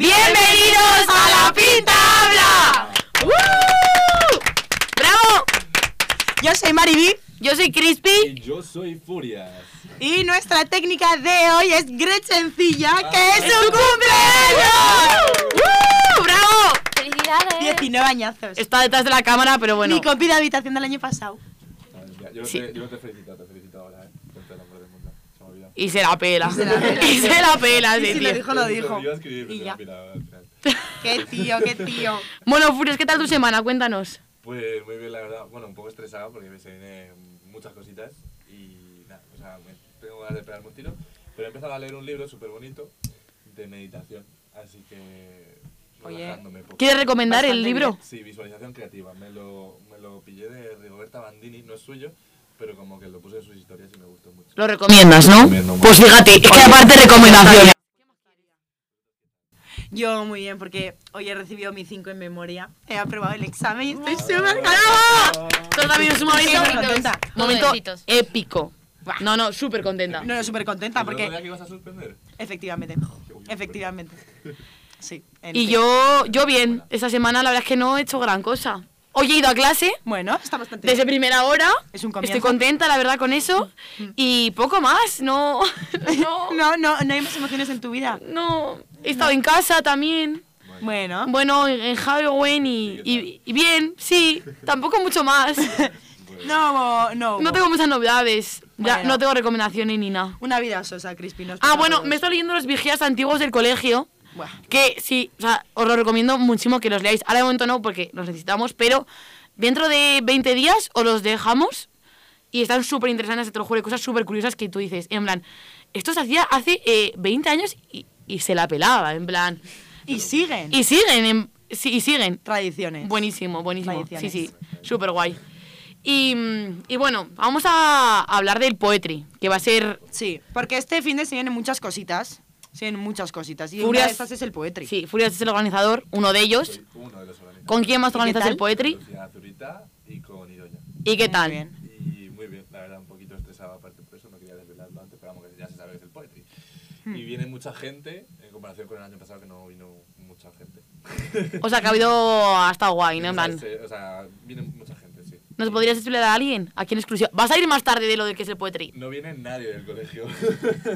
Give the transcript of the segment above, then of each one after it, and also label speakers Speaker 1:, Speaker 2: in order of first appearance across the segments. Speaker 1: Bienvenidos a la Pinta Habla. ¡Uh! ¡Bravo! Yo soy Mariby
Speaker 2: Yo soy Crispy.
Speaker 3: Y yo soy Furias.
Speaker 1: y nuestra técnica de hoy es Gretchencilla, que es su cumpleaños. ¡Uh! ¡Bravo!
Speaker 2: ¡Felicidades!
Speaker 1: 19 añazos.
Speaker 2: Está detrás de la cámara, pero bueno.
Speaker 1: Mi compi de habitación del año pasado.
Speaker 3: Ah, ya, Yo, no
Speaker 2: Sí.
Speaker 3: te, yo no te felicito, te felicito ahora, eh. Con todo el amor del mundo. Se me ha olvidado.
Speaker 2: Y se la pela.
Speaker 1: se la pela.
Speaker 2: Y se la pela,
Speaker 1: Y
Speaker 2: sí,
Speaker 1: si lo
Speaker 2: tío.
Speaker 1: dijo, lo dijo.
Speaker 3: Yo iba a escribir, pero
Speaker 1: Y
Speaker 3: se me
Speaker 1: ya.
Speaker 3: ha olvidado al final.
Speaker 1: Qué tío, qué tío.
Speaker 2: Bueno, Furios, ¿qué tal tu semana? Cuéntanos.
Speaker 3: Pues muy bien, la verdad. Bueno, un poco estresado porque se vienen muchas cositas. Y nada, o sea, me- tengo ganas de pegarme un tiro. Pero he empezado a leer un libro súper bonito de meditación. Así que.
Speaker 1: Oye,
Speaker 3: relajándome un poco.
Speaker 2: ¿Quieres recomendar el
Speaker 1: Bastante
Speaker 2: libro?
Speaker 3: Sí, visualización creativa. Me lo, me lo pillé de Rigoberta Bandini, no es suyo, pero como que lo puse en sus historias y me gustó mucho.
Speaker 2: Lo recomiendas, ¿no?
Speaker 3: Recomiendo mucho.
Speaker 2: Pues fíjate, es que aparte recomendaciones.
Speaker 1: Yo muy bien, porque hoy he recibido mi 5 en memoria. He aprobado el examen y estoy súper
Speaker 3: ¡Bravo!
Speaker 2: Esto también es un momento,
Speaker 1: Súper contenta.
Speaker 2: momento
Speaker 4: Jovencitos.
Speaker 2: épico. No, no, súper contenta.
Speaker 1: No, no, súper
Speaker 2: Ah,
Speaker 1: contenta,
Speaker 3: ¿El otro día
Speaker 1: porque
Speaker 3: que ibas a suspender?
Speaker 1: efectivamente, efectivamente. Sí. en
Speaker 2: Y
Speaker 1: fin.
Speaker 2: yo, yo bien. Esta semana la verdad es que no he hecho gran cosa. Hoy he ido a clase
Speaker 1: Bueno, está bastante
Speaker 2: desde primera hora.
Speaker 1: Es un comienzo. Mm.
Speaker 2: Estoy contenta, la verdad, con eso. Y poco más, no. No.
Speaker 1: No, no, no hay más emociones en tu vida.
Speaker 2: no. He estado en casa también.
Speaker 1: Bueno,
Speaker 2: Bueno, en- en Halloween y, y, y bien, sí. Tampoco mucho más.
Speaker 1: no hubo, no hubo.
Speaker 2: No tengo muchas novedades. Ya,
Speaker 1: Bueno. pues.
Speaker 2: no tengo recomendaciones ni nada.
Speaker 1: Una vida sosa, Crispy. nos pasa
Speaker 2: Ah,
Speaker 1: a
Speaker 2: bueno,
Speaker 1: todos.
Speaker 2: me estoy leyendo los vigías antiguos del colegio.
Speaker 1: Buah.
Speaker 2: Que sí, o sea, os lo recomiendo muchísimo que los leáis. Ahora de momento no, porque los necesitamos, pero dentro de 20 días os los dejamos. Y están súper interesantes, te lo juro, hay cosas súper curiosas que tú dices. En plan, esto se hacía hace eh, 20 años y, y se la pelaba, en plan.
Speaker 1: Y siguen.
Speaker 2: Y siguen, en- sí, y siguen.
Speaker 1: tradiciones.
Speaker 2: Buenísimo, buenísimo. Sí,
Speaker 1: Tradiciones.
Speaker 2: sí, súper guay. Y, mm, y bueno, vamos a hablar del poetry, que va a ser
Speaker 1: Sí, porque este fin de se vienen muchas cositas. Se vienen muchas cositas. Y una
Speaker 2: Furias-
Speaker 1: de estas es el poetry.
Speaker 2: Sí, Furias es el organizador, uno de ellos.
Speaker 3: Soy uno de los organistas.
Speaker 2: ¿Con quién más
Speaker 1: ¿Y qué
Speaker 2: organizas
Speaker 1: tal?
Speaker 2: el poetry?
Speaker 3: Lucía Zurita y con Idoya.
Speaker 2: ¿Y qué
Speaker 1: Muy
Speaker 2: tal?
Speaker 1: bien.
Speaker 3: Y muy bien, la verdad, un poquito estresado aparte por eso, no quería desvelarlo antes, pero vamos, que ya se sabe que es el poetry.
Speaker 2: Hmm.
Speaker 3: Y viene mucha gente, en comparación con el año pasado que no vino mucha gente.
Speaker 2: O sea, que ha habido hasta guay, ¿no? En
Speaker 3: O sea,
Speaker 2: plan,
Speaker 3: se- o sea, viene mucha gente, sí.
Speaker 2: ¿Nos podrías explicar a alguien? Aquí en exclusiva. ¿Vas a ir más tarde de lo de que es el poetry?
Speaker 3: No viene nadie del colegio.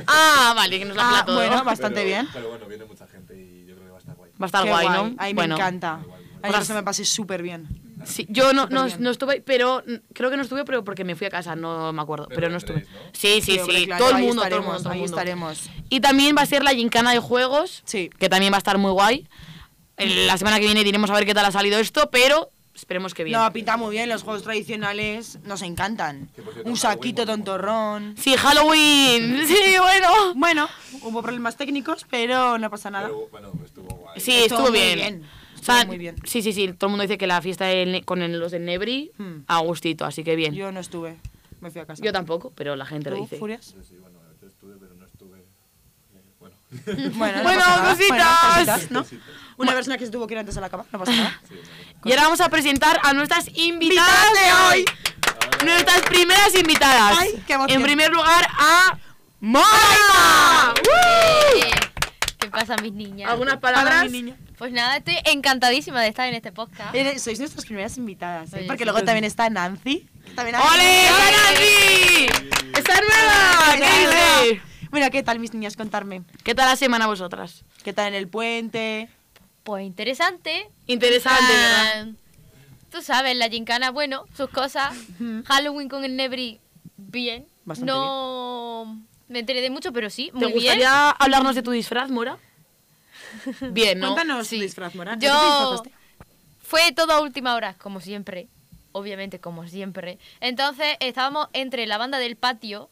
Speaker 2: Ah, vale, que nos lo
Speaker 1: Ah,
Speaker 2: habla todo.
Speaker 1: bueno,
Speaker 2: va,
Speaker 1: bastante
Speaker 3: Pero-
Speaker 1: bien.
Speaker 3: Pero bueno, viene mucha gente y yo creo que va a estar guay.
Speaker 2: a estar
Speaker 1: Qué
Speaker 2: guay, ¿no?
Speaker 1: Ay,
Speaker 2: bueno,
Speaker 1: me encanta. Ay,
Speaker 2: Otras-
Speaker 1: yo se me pasé súper bien.
Speaker 2: Sí, yo no, no,
Speaker 1: Superbién.
Speaker 2: no estuve, pero n- creo que no estuve pero porque me fui a casa, no me acuerdo, pero,
Speaker 3: Pero
Speaker 2: no estuve.
Speaker 3: vendréis, ¿no?
Speaker 2: Sí, sí,
Speaker 1: hombre,
Speaker 2: sí,
Speaker 1: claro,
Speaker 2: todo el
Speaker 1: ahí
Speaker 2: mundo, todo el
Speaker 1: estaremos,
Speaker 2: mundo, todo el
Speaker 1: ahí
Speaker 2: mundo.
Speaker 1: estaremos.
Speaker 2: Y también va a ser la gincana de juegos,
Speaker 1: Sí.
Speaker 2: que también va a estar muy guay. En La semana que viene diremos a ver qué tal ha salido esto, pero esperemos que bien.
Speaker 1: No, pinta muy bien. Los juegos tradicionales nos encantan.
Speaker 3: Que, por cierto,
Speaker 1: Un
Speaker 3: Halloween
Speaker 1: saquito
Speaker 3: mola un montón.
Speaker 1: tontorrón.
Speaker 2: Sí, Halloween. Sí, bueno.
Speaker 1: Bueno, hubo problemas técnicos, pero no pasa nada.
Speaker 3: Pero bueno, estuvo guay.
Speaker 2: Sí,
Speaker 1: Estuvo
Speaker 2: estuvo
Speaker 1: muy
Speaker 2: bien.
Speaker 1: bien,
Speaker 2: O sea,
Speaker 1: estuvo muy bien.
Speaker 2: Sí, sí, sí. Todo el mundo dice que la fiesta del ne- con el- los del Nebri
Speaker 1: Hmm.
Speaker 2: a gustito, así que bien. Yo,
Speaker 1: Yo no estuve. Me fui a casa.
Speaker 2: tampoco, pero la gente lo
Speaker 1: ¿Tú,
Speaker 2: dice.
Speaker 1: Furias?
Speaker 3: Yo sí, bueno, yo estuve, pero no estuve. eh, Bueno,
Speaker 1: Bueno,
Speaker 2: Bueno,
Speaker 1: pasa nada.
Speaker 2: cositas.
Speaker 1: Bueno, cositas, ¿no? Una persona que se tuvo que ir antes a la cama, no pasa nada.
Speaker 2: Y ahora vamos a presentar a nuestras invitadas de hoy. Nuestras primeras invitadas.
Speaker 1: Ay, qué emoción.
Speaker 2: en primer lugar a Maima.
Speaker 4: Eh, ¿Qué pasa, mis niñas?
Speaker 2: Algunas palabras.
Speaker 1: Hola, mi niña.
Speaker 4: Pues nada, estoy encantadísima de estar en este
Speaker 2: Eh.
Speaker 4: podcast.
Speaker 1: Eres- Eh, Sois nuestras primeras invitadas, ¿eh?
Speaker 4: Oye,
Speaker 1: porque
Speaker 4: sí,
Speaker 1: luego
Speaker 4: pues-
Speaker 1: también está Nancy. que También ha-
Speaker 2: ¡Ole! ¡Está Nancy! ¡Está nueva! ¿Qué dice?
Speaker 1: Bueno, ¿qué tal, mis niñas? Contarme.
Speaker 2: ¿Qué tal la semana vosotras?
Speaker 1: ¿Qué tal en el puente?
Speaker 4: Pues interesante.
Speaker 2: Interesante, ¿verdad?
Speaker 4: Ah, Tú sabes, la gincana, bueno, sus cosas. Halloween con el Nebri, bien.
Speaker 1: Bastante
Speaker 4: no me enteré de mucho, pero sí, muy
Speaker 2: ¿Te gustaría
Speaker 4: bien.
Speaker 2: hablarnos de tu disfraz, Mora? Bien, ¿no?
Speaker 1: Cuéntanos
Speaker 4: sí.
Speaker 1: tu disfraz, Mora. Ah, ¿Tú te
Speaker 4: Yo...
Speaker 1: disfrazaste?
Speaker 4: Fue todo a última hora, como siempre. Obviamente, como siempre. Entonces, estábamos entre la banda del patio.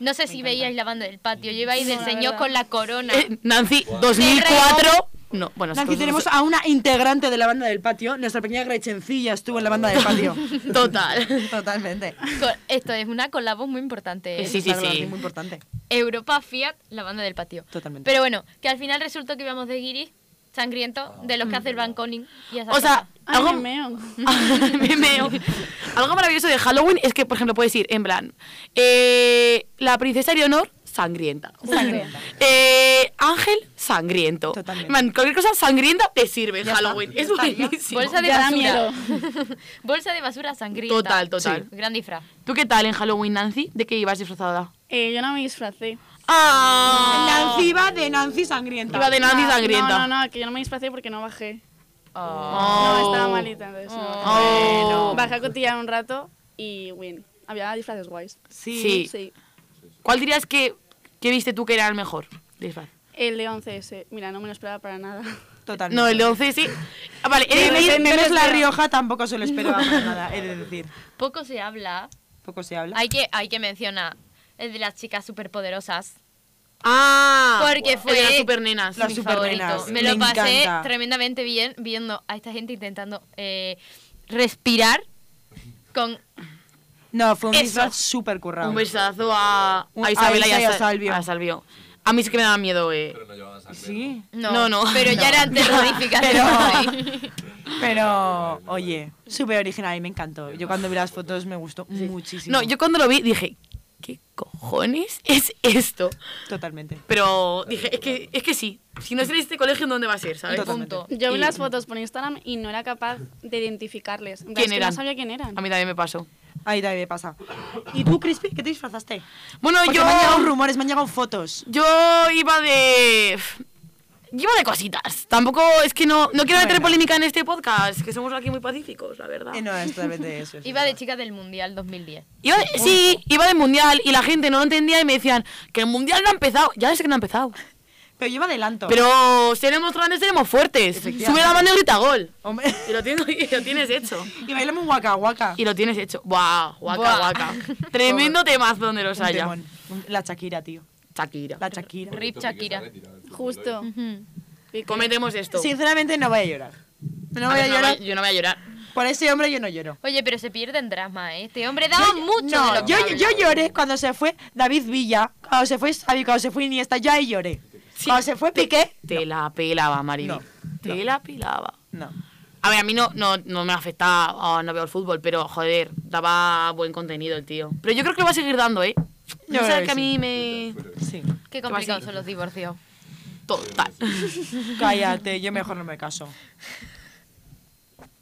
Speaker 4: No sé si veíais la banda del patio. Yo iba ahí del señor con la corona.
Speaker 2: Eh, Nancy, 2004. No, bueno,
Speaker 1: Nancy,
Speaker 2: esto-
Speaker 1: tenemos a una integrante de la banda del patio. Nuestra pequeña Grechencilla estuvo en la banda del patio.
Speaker 2: Total.
Speaker 1: Totalmente.
Speaker 4: Con- esto es una colabo muy importante.
Speaker 2: Sí, sí,
Speaker 1: Claro,
Speaker 2: sí.
Speaker 1: Nancy, muy importante.
Speaker 4: Europa Fiat, la banda del patio.
Speaker 1: Totalmente.
Speaker 4: Pero bueno, que al final resultó que íbamos de guiris, sangriento, de los que hace el
Speaker 1: Ah.
Speaker 4: banconing y esas
Speaker 2: O sea,
Speaker 4: cosas.
Speaker 5: Ay,
Speaker 2: algo,
Speaker 5: me meo.
Speaker 2: Me meo. Algo maravilloso de Halloween es que, por ejemplo, puedes ir en plan. eh, la princesa Eleonor sangrienta.
Speaker 5: Sangrienta.
Speaker 2: Eh, Ángel sangriento.
Speaker 1: Totalmente.
Speaker 2: Man, cualquier cosa sangrienta te sirve en Halloween.
Speaker 1: ya
Speaker 2: es
Speaker 1: está, ya.
Speaker 2: buenísimo.
Speaker 4: Bolsa de
Speaker 5: Ya da
Speaker 4: basura. Bolsa de basura sangrienta.
Speaker 2: Total, total.
Speaker 4: Gran disfraz.
Speaker 2: ¿Tú qué tal en Halloween, Nancy? ¿De qué ibas disfrazada?
Speaker 5: Eh, yo no me disfracé.
Speaker 2: ¡Ah!
Speaker 1: Nancy va de Nancy sangrienta.
Speaker 2: Iba de Nancy
Speaker 5: No,
Speaker 2: sangrienta.
Speaker 5: No, no, no, que yo no me disfracé porque no bajé.
Speaker 2: Oh.
Speaker 5: No, estaba malita, entonces no.
Speaker 2: Oh.
Speaker 5: Bajé a cotillar un rato y win. Había disfraces guays.
Speaker 1: Sí.
Speaker 2: Sí.
Speaker 5: Sí.
Speaker 2: ¿Cuál dirías que, que viste tú que era el mejor disfraz?
Speaker 5: El de 11S. Mira, no me lo esperaba para nada.
Speaker 1: totalmente.
Speaker 2: No, el de 11 sí. Ah, vale, he de
Speaker 1: Memes-
Speaker 2: decir-
Speaker 1: memes La
Speaker 5: espera.
Speaker 1: Rioja tampoco se lo esperaba para nada, he de decir.
Speaker 4: Poco se habla.
Speaker 1: Poco se habla.
Speaker 4: Hay que, hay que mencionar el de las chicas superpoderosas.
Speaker 2: Ah,
Speaker 4: Porque
Speaker 2: el de
Speaker 4: fue
Speaker 2: las supernenas.
Speaker 1: Las
Speaker 4: mi
Speaker 1: supernenas,
Speaker 4: favorito.
Speaker 1: me
Speaker 4: Me lo pasé
Speaker 1: encanta.
Speaker 4: tremendamente bien viendo a esta gente intentando eh, respirar con
Speaker 1: No, fue un
Speaker 4: Eso.
Speaker 1: disfraz súper currado.
Speaker 2: Un besazo a,
Speaker 1: Un-
Speaker 2: a Isabela y
Speaker 1: a
Speaker 2: a,
Speaker 1: Isa y a
Speaker 2: Sa-
Speaker 1: Salvio.
Speaker 2: a Salvio. A mí sí que me daba miedo, eh.
Speaker 3: Pero no llevaban sangre.
Speaker 1: Sí,
Speaker 4: no,
Speaker 2: No, no.
Speaker 4: pero ya
Speaker 2: No.
Speaker 4: eran terroríficas.
Speaker 1: Pero- pero oye, súper original y me encantó. Yo cuando vi las fotos me gustó muchísimo.
Speaker 2: No, yo cuando lo vi dije, ¿qué cojones es esto?
Speaker 1: Totalmente.
Speaker 2: Pero dije, es que, es que sí. Si no es en este colegio, ¿en ¿dónde va a ser? ¿Sabes?
Speaker 1: Totalmente.
Speaker 4: Punto.
Speaker 5: Yo vi
Speaker 2: Y-
Speaker 5: las fotos por Instagram y no era capaz de identificarles. En plan,
Speaker 2: ¿Quién
Speaker 5: es que
Speaker 2: eran?
Speaker 5: No sabía quién eran.
Speaker 2: A mí también me pasó.
Speaker 1: Ahí también me pasa. ¿Y tú, Crispy, qué te disfrazaste?
Speaker 2: Bueno,
Speaker 1: Porque
Speaker 2: yo.
Speaker 1: me han llegado rumores, me han llegado fotos.
Speaker 2: Yo iba de. Yo iba de cositas. Tampoco es que no. No quiero meter
Speaker 1: Bueno.
Speaker 2: polémica en este podcast, que somos aquí muy pacíficos, la verdad.
Speaker 1: Eh, no, es totalmente eso. es
Speaker 4: Iba de
Speaker 1: verdad.
Speaker 4: chica del Mundial 2010.
Speaker 2: Iba de- sí, iba de mundial y la gente no lo entendía y me decían que el mundial no ha empezado. Ya sé que no ha empezado.
Speaker 1: Pero yo iba adelanto.
Speaker 2: Pero seremos grandes, seremos fuertes.
Speaker 1: Efectivamente.
Speaker 2: Sube la mano y grita gol.
Speaker 1: Hombre.
Speaker 2: Y lo, tengo- y lo tienes hecho.
Speaker 1: Y bailame un guaca, guaca.
Speaker 2: Y lo tienes hecho. ¡Buah! ¡Guaca,
Speaker 4: Buah.
Speaker 2: guaca! Tremendo temazo donde los
Speaker 1: Un
Speaker 2: haya.
Speaker 1: temón. Un- La Shakira, tío.
Speaker 2: Shakira.
Speaker 1: La Shakira.
Speaker 3: Porque
Speaker 4: Rip
Speaker 3: Topic está
Speaker 4: Shakira.
Speaker 3: retirado del fútbol
Speaker 5: Justo.
Speaker 3: hoy.
Speaker 5: Piqué.
Speaker 2: Cometemos esto.
Speaker 1: Sinceramente no voy a llorar. No voy
Speaker 2: A
Speaker 1: a
Speaker 2: ver, no
Speaker 1: llorar.
Speaker 2: voy- yo no voy a llorar.
Speaker 1: Por ese hombre yo no lloro.
Speaker 4: Oye, pero se pierde en drama, ¿eh? Este hombre daba mucho. de
Speaker 1: No,
Speaker 4: lo que
Speaker 1: yo,
Speaker 4: habla.
Speaker 1: yo lloré cuando se fue David Villa, cuando se fue Xavi, cuando se fue Iniesta, yo ahí lloré.
Speaker 2: Sí.
Speaker 1: Cuando se fue Piqué,
Speaker 2: Te la pelaba, Marini.
Speaker 1: No,
Speaker 2: Te la pelaba.
Speaker 1: no.
Speaker 2: A ver, a mí no, no, no me afecta, oh, no veo el fútbol, pero joder, daba buen contenido el tío. Pero yo creo que va a seguir dando, ¿eh? No
Speaker 1: Yo
Speaker 2: sé,
Speaker 1: creo
Speaker 2: que
Speaker 1: que
Speaker 2: a mí
Speaker 1: sí.
Speaker 2: me.
Speaker 1: Sí.
Speaker 4: Qué complicados son los divorcios.
Speaker 2: Total.
Speaker 1: Cállate, yo mejor no me caso.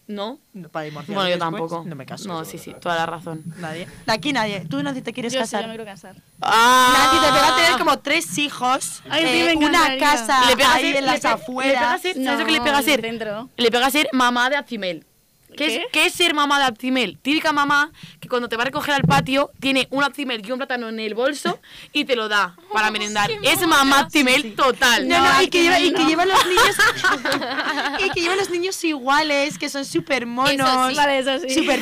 Speaker 2: ¿No?
Speaker 1: No, Para divorciarme
Speaker 2: Bueno, yo
Speaker 1: después,
Speaker 2: tampoco.
Speaker 1: No me caso.
Speaker 2: No, sí, sí, toda la razón.
Speaker 1: Nadie. De aquí nadie. Tú, Nancy, te
Speaker 5: Yo
Speaker 1: quieres
Speaker 5: sí,
Speaker 1: casar.
Speaker 5: yo me quiero casar.
Speaker 1: Nancy, te pega
Speaker 2: Ah.
Speaker 1: a tener como tres hijos.
Speaker 5: Ay, sí,
Speaker 1: eh,
Speaker 5: me
Speaker 1: una
Speaker 5: encantaría.
Speaker 1: casa
Speaker 2: Y le pega a
Speaker 1: ahí
Speaker 2: ser-
Speaker 1: en
Speaker 2: le
Speaker 1: las
Speaker 2: pe- le pega a
Speaker 1: afueras.
Speaker 2: ser- ¿Sabes lo que le pega a ser?
Speaker 5: Dentro.
Speaker 2: Le pega a ser mamá de Aptimel. ¿Qué,
Speaker 5: ¿Qué?
Speaker 2: Es, ¿Qué es ser mamá de Aptimel? Típica mamá que cuando te va a recoger al patio tiene un Aptimel y un plátano en el bolso y te lo da para merendar. Es mamá Aptimel total.
Speaker 1: No, no, y que, lleva, y que
Speaker 5: no.
Speaker 1: lleva los niños. y que lleva los niños iguales, que son súper monos,
Speaker 4: sí.
Speaker 5: Vale, eso sí.
Speaker 1: súper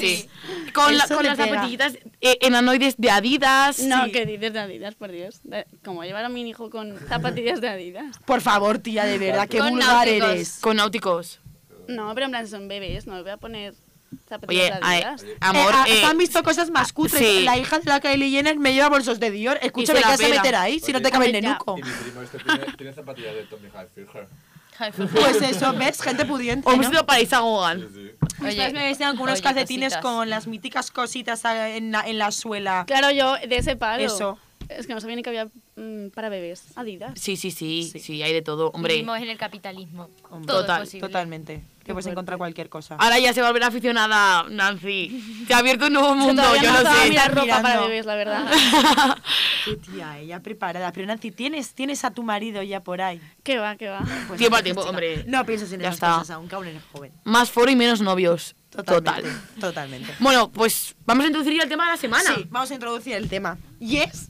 Speaker 2: Sí, sí, sí. Con, la-
Speaker 1: Eso
Speaker 2: con
Speaker 1: le
Speaker 2: las
Speaker 1: pega.
Speaker 2: zapatillitas eh, enanoides de Adidas.
Speaker 5: No,
Speaker 1: Sí.
Speaker 5: que dices de Adidas, por Dios. Da- Como llevar a mi hijo con zapatillas de Adidas.
Speaker 1: Por favor, tía, de verdad, qué
Speaker 4: Con
Speaker 1: vulgar
Speaker 4: náuticos.
Speaker 1: eres.
Speaker 2: Con náuticos.
Speaker 5: No, pero en plan son bebés, no le voy a poner zapatillas
Speaker 2: Oye,
Speaker 5: de
Speaker 2: ay,
Speaker 5: Adidas.
Speaker 2: amor.
Speaker 1: Eh, ah,
Speaker 2: eh,
Speaker 1: se han visto cosas más cutres.
Speaker 2: sí.
Speaker 1: La hija de la Kylie Jenner me lleva bolsos de Dior. Escúchame,
Speaker 2: se
Speaker 1: ¿qué
Speaker 2: la
Speaker 1: vas a
Speaker 2: pela.
Speaker 1: meter ahí? Si no te cabe el
Speaker 5: Oye, ya.
Speaker 1: nenuco.
Speaker 3: Y mi primo este tiene, tiene zapatillas de Tommy Hilfiger.
Speaker 1: Pues eso, ¿ves? Gente pudiente.
Speaker 2: un
Speaker 1: ¿no?
Speaker 2: vestido para Isa Gogan.
Speaker 3: Sí, sí.
Speaker 1: Ustedes me vestían con unos
Speaker 4: oye,
Speaker 1: calcetines
Speaker 4: cositas.
Speaker 1: con las míticas cositas ah, en la, en la suela.
Speaker 5: Claro, yo de ese palo.
Speaker 1: Eso.
Speaker 5: Es que no sabía ni que había mm, para bebés Adidas.
Speaker 2: Sí, sí, sí, sí, hay de todo. Hombre,
Speaker 4: Vivimos en el capitalismo.
Speaker 1: Hombre.
Speaker 4: Todo
Speaker 2: Total,
Speaker 4: es posible.
Speaker 1: Totalmente. Que puedes encontrar cualquier cosa.
Speaker 2: ahora ya se va a volver aficionada, Nancy. Se ha abierto un nuevo mundo,
Speaker 5: todavía
Speaker 2: yo
Speaker 5: no
Speaker 2: lo
Speaker 5: estaba
Speaker 2: sé.
Speaker 5: mirar ropa
Speaker 1: Mirando. Ah.
Speaker 5: para bebés, la verdad.
Speaker 1: Qué tía, ella preparada. Pero Nancy, tienes, tienes a tu marido ya por ahí.
Speaker 5: que va, que va.
Speaker 1: Pues
Speaker 2: Tiempo a
Speaker 1: entonces,
Speaker 2: tiempo,
Speaker 1: chica,
Speaker 2: hombre.
Speaker 1: No pienses en
Speaker 2: Ya
Speaker 1: esas
Speaker 2: está.
Speaker 1: cosas aún, que aún eres joven.
Speaker 2: Más foro y menos novios.
Speaker 1: Totalmente.
Speaker 2: Total.
Speaker 1: Totalmente.
Speaker 2: Bueno, pues vamos a introducir ya el tema de la semana.
Speaker 1: Sí, vamos a introducir el tema. Y es...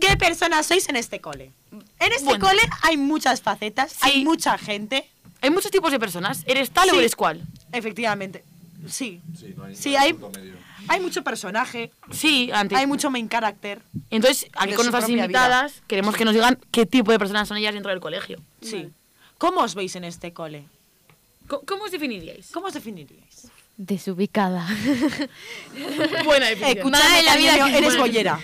Speaker 1: ¿Qué personas sois en este cole? En este
Speaker 2: Bueno.
Speaker 1: cole hay muchas facetas, hay
Speaker 2: Sí.
Speaker 1: mucha gente.
Speaker 2: Hay muchos tipos de personas. ¿Eres tal o
Speaker 1: Sí.
Speaker 2: eres cual?
Speaker 1: Efectivamente. Sí.
Speaker 3: Sí, no hay,
Speaker 1: Sí,
Speaker 3: no
Speaker 1: hay-
Speaker 3: punto medio.
Speaker 1: Hay mucho personaje,
Speaker 2: Sí, antes.
Speaker 1: hay mucho main character.
Speaker 2: Entonces, aquí
Speaker 1: de
Speaker 2: con
Speaker 1: su
Speaker 2: nuestras
Speaker 1: propia
Speaker 2: invitadas, queremos que nos digan qué tipo de personas son ellas dentro del colegio.
Speaker 1: Sí. ¿Cómo os veis en este cole?
Speaker 2: Co- ¿Cómo os definiríais?
Speaker 1: ¿Cómo os definiríais?
Speaker 4: Desubicada.
Speaker 2: Buena
Speaker 1: Eh,
Speaker 2: definición.
Speaker 1: Escúchame,
Speaker 4: Madre de la vida
Speaker 1: cariño,
Speaker 4: que-
Speaker 1: eres bollera.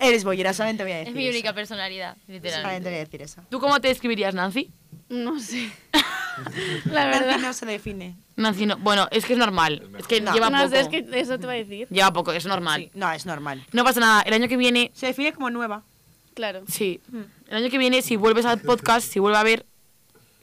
Speaker 1: eres bollera, solamente voy a decir
Speaker 4: es mi
Speaker 1: eso.
Speaker 4: única personalidad, literalmente.
Speaker 1: Solamente voy a decir eso.
Speaker 2: ¿Tú cómo te describirías, Nancy?
Speaker 5: No sé. La
Speaker 1: Nancy
Speaker 5: verdad.
Speaker 1: no se define.
Speaker 2: Nancy, no. Bueno, es que es normal. Es que
Speaker 1: No.
Speaker 2: lleva
Speaker 5: No,
Speaker 2: poco.
Speaker 5: es que eso te iba a decir.
Speaker 2: Lleva poco, es normal.
Speaker 1: Sí, no, es normal.
Speaker 2: No pasa nada. El año que viene,
Speaker 1: Se define como nueva.
Speaker 5: Claro.
Speaker 2: sí. Mm. El año que viene, si vuelves al podcast, si vuelve a ver,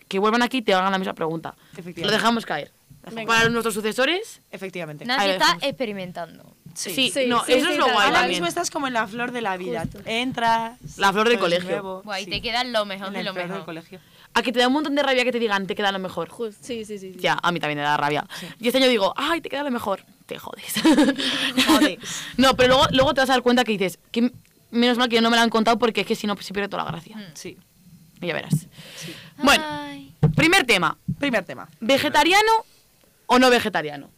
Speaker 2: que vuelvan aquí y te hagan la misma pregunta. Lo
Speaker 1: Efectivamente.
Speaker 2: dejamos caer.
Speaker 5: Venga.
Speaker 2: Para nuestros sucesores,
Speaker 1: Efectivamente.
Speaker 4: Nancy
Speaker 2: Ahí lo
Speaker 4: está
Speaker 2: dejamos.
Speaker 4: experimentando.
Speaker 2: sí.
Speaker 5: Sí,
Speaker 2: no,
Speaker 5: sí,
Speaker 2: eso
Speaker 5: sí,
Speaker 2: es lo guay
Speaker 5: tal cual.
Speaker 1: Ahora
Speaker 2: también.
Speaker 1: mismo estás como en la flor de la vida.
Speaker 5: Justo.
Speaker 1: Entras.
Speaker 2: La flor del
Speaker 1: todo es
Speaker 2: colegio.
Speaker 1: nuevo,
Speaker 4: Guay,
Speaker 1: sí.
Speaker 4: te quedan lo mejor
Speaker 1: En
Speaker 4: de
Speaker 1: la
Speaker 4: lo
Speaker 1: flor del
Speaker 4: mejor.
Speaker 1: colegio.
Speaker 2: A que te da un montón de rabia que te digan, te queda lo mejor.
Speaker 5: Justo. Sí, sí, sí. sí.
Speaker 2: Ya, a mí también me da rabia. Y este año digo, ay, te queda lo mejor. Te jodes.
Speaker 1: Jodes.
Speaker 2: no, pero luego, luego te vas a dar cuenta que dices, que m- menos mal que no me lo han contado porque es que si no pues, se pierde toda la gracia.
Speaker 1: Sí.
Speaker 2: Y ya verás. Bueno,
Speaker 4: Ay.
Speaker 2: primer tema.
Speaker 1: Primer tema.
Speaker 2: ¿Vegetariano o no vegetariano?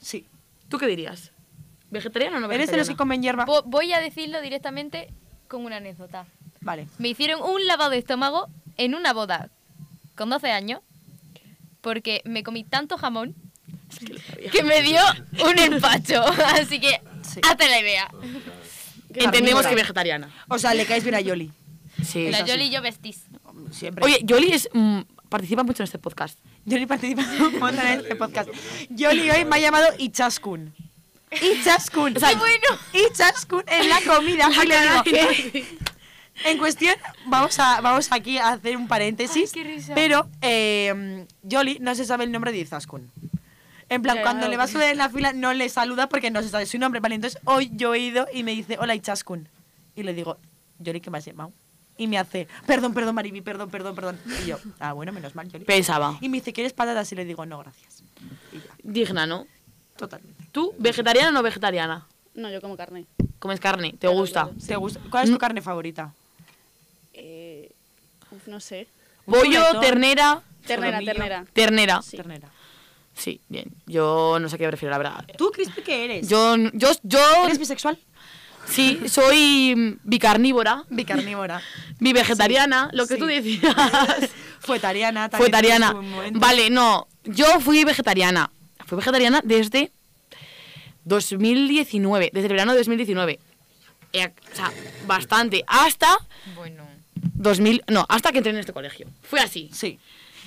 Speaker 1: Sí.
Speaker 2: ¿Tú qué dirías? ¿Vegetariano o no
Speaker 1: ¿Eres de
Speaker 2: vegetariano?
Speaker 1: los que comen hierba?
Speaker 4: Vo- Voy a decirlo directamente con una anécdota.
Speaker 1: Vale.
Speaker 4: Me hicieron un lavado de estómago en una boda con 12 años porque me comí tanto jamón
Speaker 2: Es que lo sabía.
Speaker 4: que me dio un empacho. Así que
Speaker 1: Sí.
Speaker 4: hazte la idea.
Speaker 2: Entendemos
Speaker 1: carnívora.
Speaker 2: que vegetariana.
Speaker 1: O sea, le caes bien a Yoli.
Speaker 2: Sí.
Speaker 4: La
Speaker 1: así.
Speaker 4: Yoli y yo vestís.
Speaker 1: Siempre.
Speaker 2: Oye, Yoli es, mm, participa mucho en este podcast.
Speaker 1: Yoli participa un montón en este podcast. Yoli hoy me ha llamado Ichaskun. Ichaskun.
Speaker 2: O sea,
Speaker 1: ¡Qué Ichaskun en la comida. Y le digo, "Eh, En cuestión, vamos, a, vamos aquí a hacer un paréntesis.
Speaker 4: Ay, qué risa.
Speaker 1: Pero eh, Yoli no se sabe el nombre de Izaskun. En plan,
Speaker 5: Claro.
Speaker 1: cuando le vas a sudar en la fila, no le saluda porque no se sabe su nombre. Vale, entonces hoy yo he ido y me dice, hola Izaskun. Y le digo, Yoli, ¿qué me has llamado? Y me hace, perdón, perdón, Mariby, perdón, perdón, perdón. Y yo, ah, bueno, menos mal, Yoli.
Speaker 2: Pensaba.
Speaker 1: Y me dice, ¿quieres patatas? Y le digo, no, gracias. Y ya,
Speaker 2: Digna, ¿no?
Speaker 1: totalmente.
Speaker 2: ¿Tú, vegetariana o no vegetariana?
Speaker 5: No, yo como carne.
Speaker 2: Comes carne, te
Speaker 5: Claro,
Speaker 2: gusta.
Speaker 5: claro.
Speaker 1: ¿Te gusta? ¿Cuál es tu carne favorita?
Speaker 5: Eh, uf, no sé.
Speaker 2: Pollo,
Speaker 1: chuletón.
Speaker 2: ternera,
Speaker 5: Ternera,
Speaker 1: Solomillo.
Speaker 5: ternera.
Speaker 2: ternera. Sí.
Speaker 1: Ternera.
Speaker 2: bien. Yo no sé qué prefiero, la verdad.
Speaker 1: ¿Tú, Crispy, qué eres?
Speaker 2: Yo, yo, yo,
Speaker 1: ¿Eres bisexual?
Speaker 2: sí, soy mm, bicarnívora,
Speaker 1: Bicarnívora.
Speaker 2: bivegetariana,
Speaker 1: Sí,
Speaker 2: lo que
Speaker 1: sí.
Speaker 2: tú decías.
Speaker 1: Fuetariana también.
Speaker 2: Fuetariana.
Speaker 1: tuviste un momento.
Speaker 2: Vale, no. Yo fui vegetariana. Fui vegetariana desde 2019, desde el verano de 2019. Eh, o sea, bastante. Hasta
Speaker 4: Bueno.
Speaker 2: 2000, no, hasta que entré en este colegio. Fue así.
Speaker 1: Sí.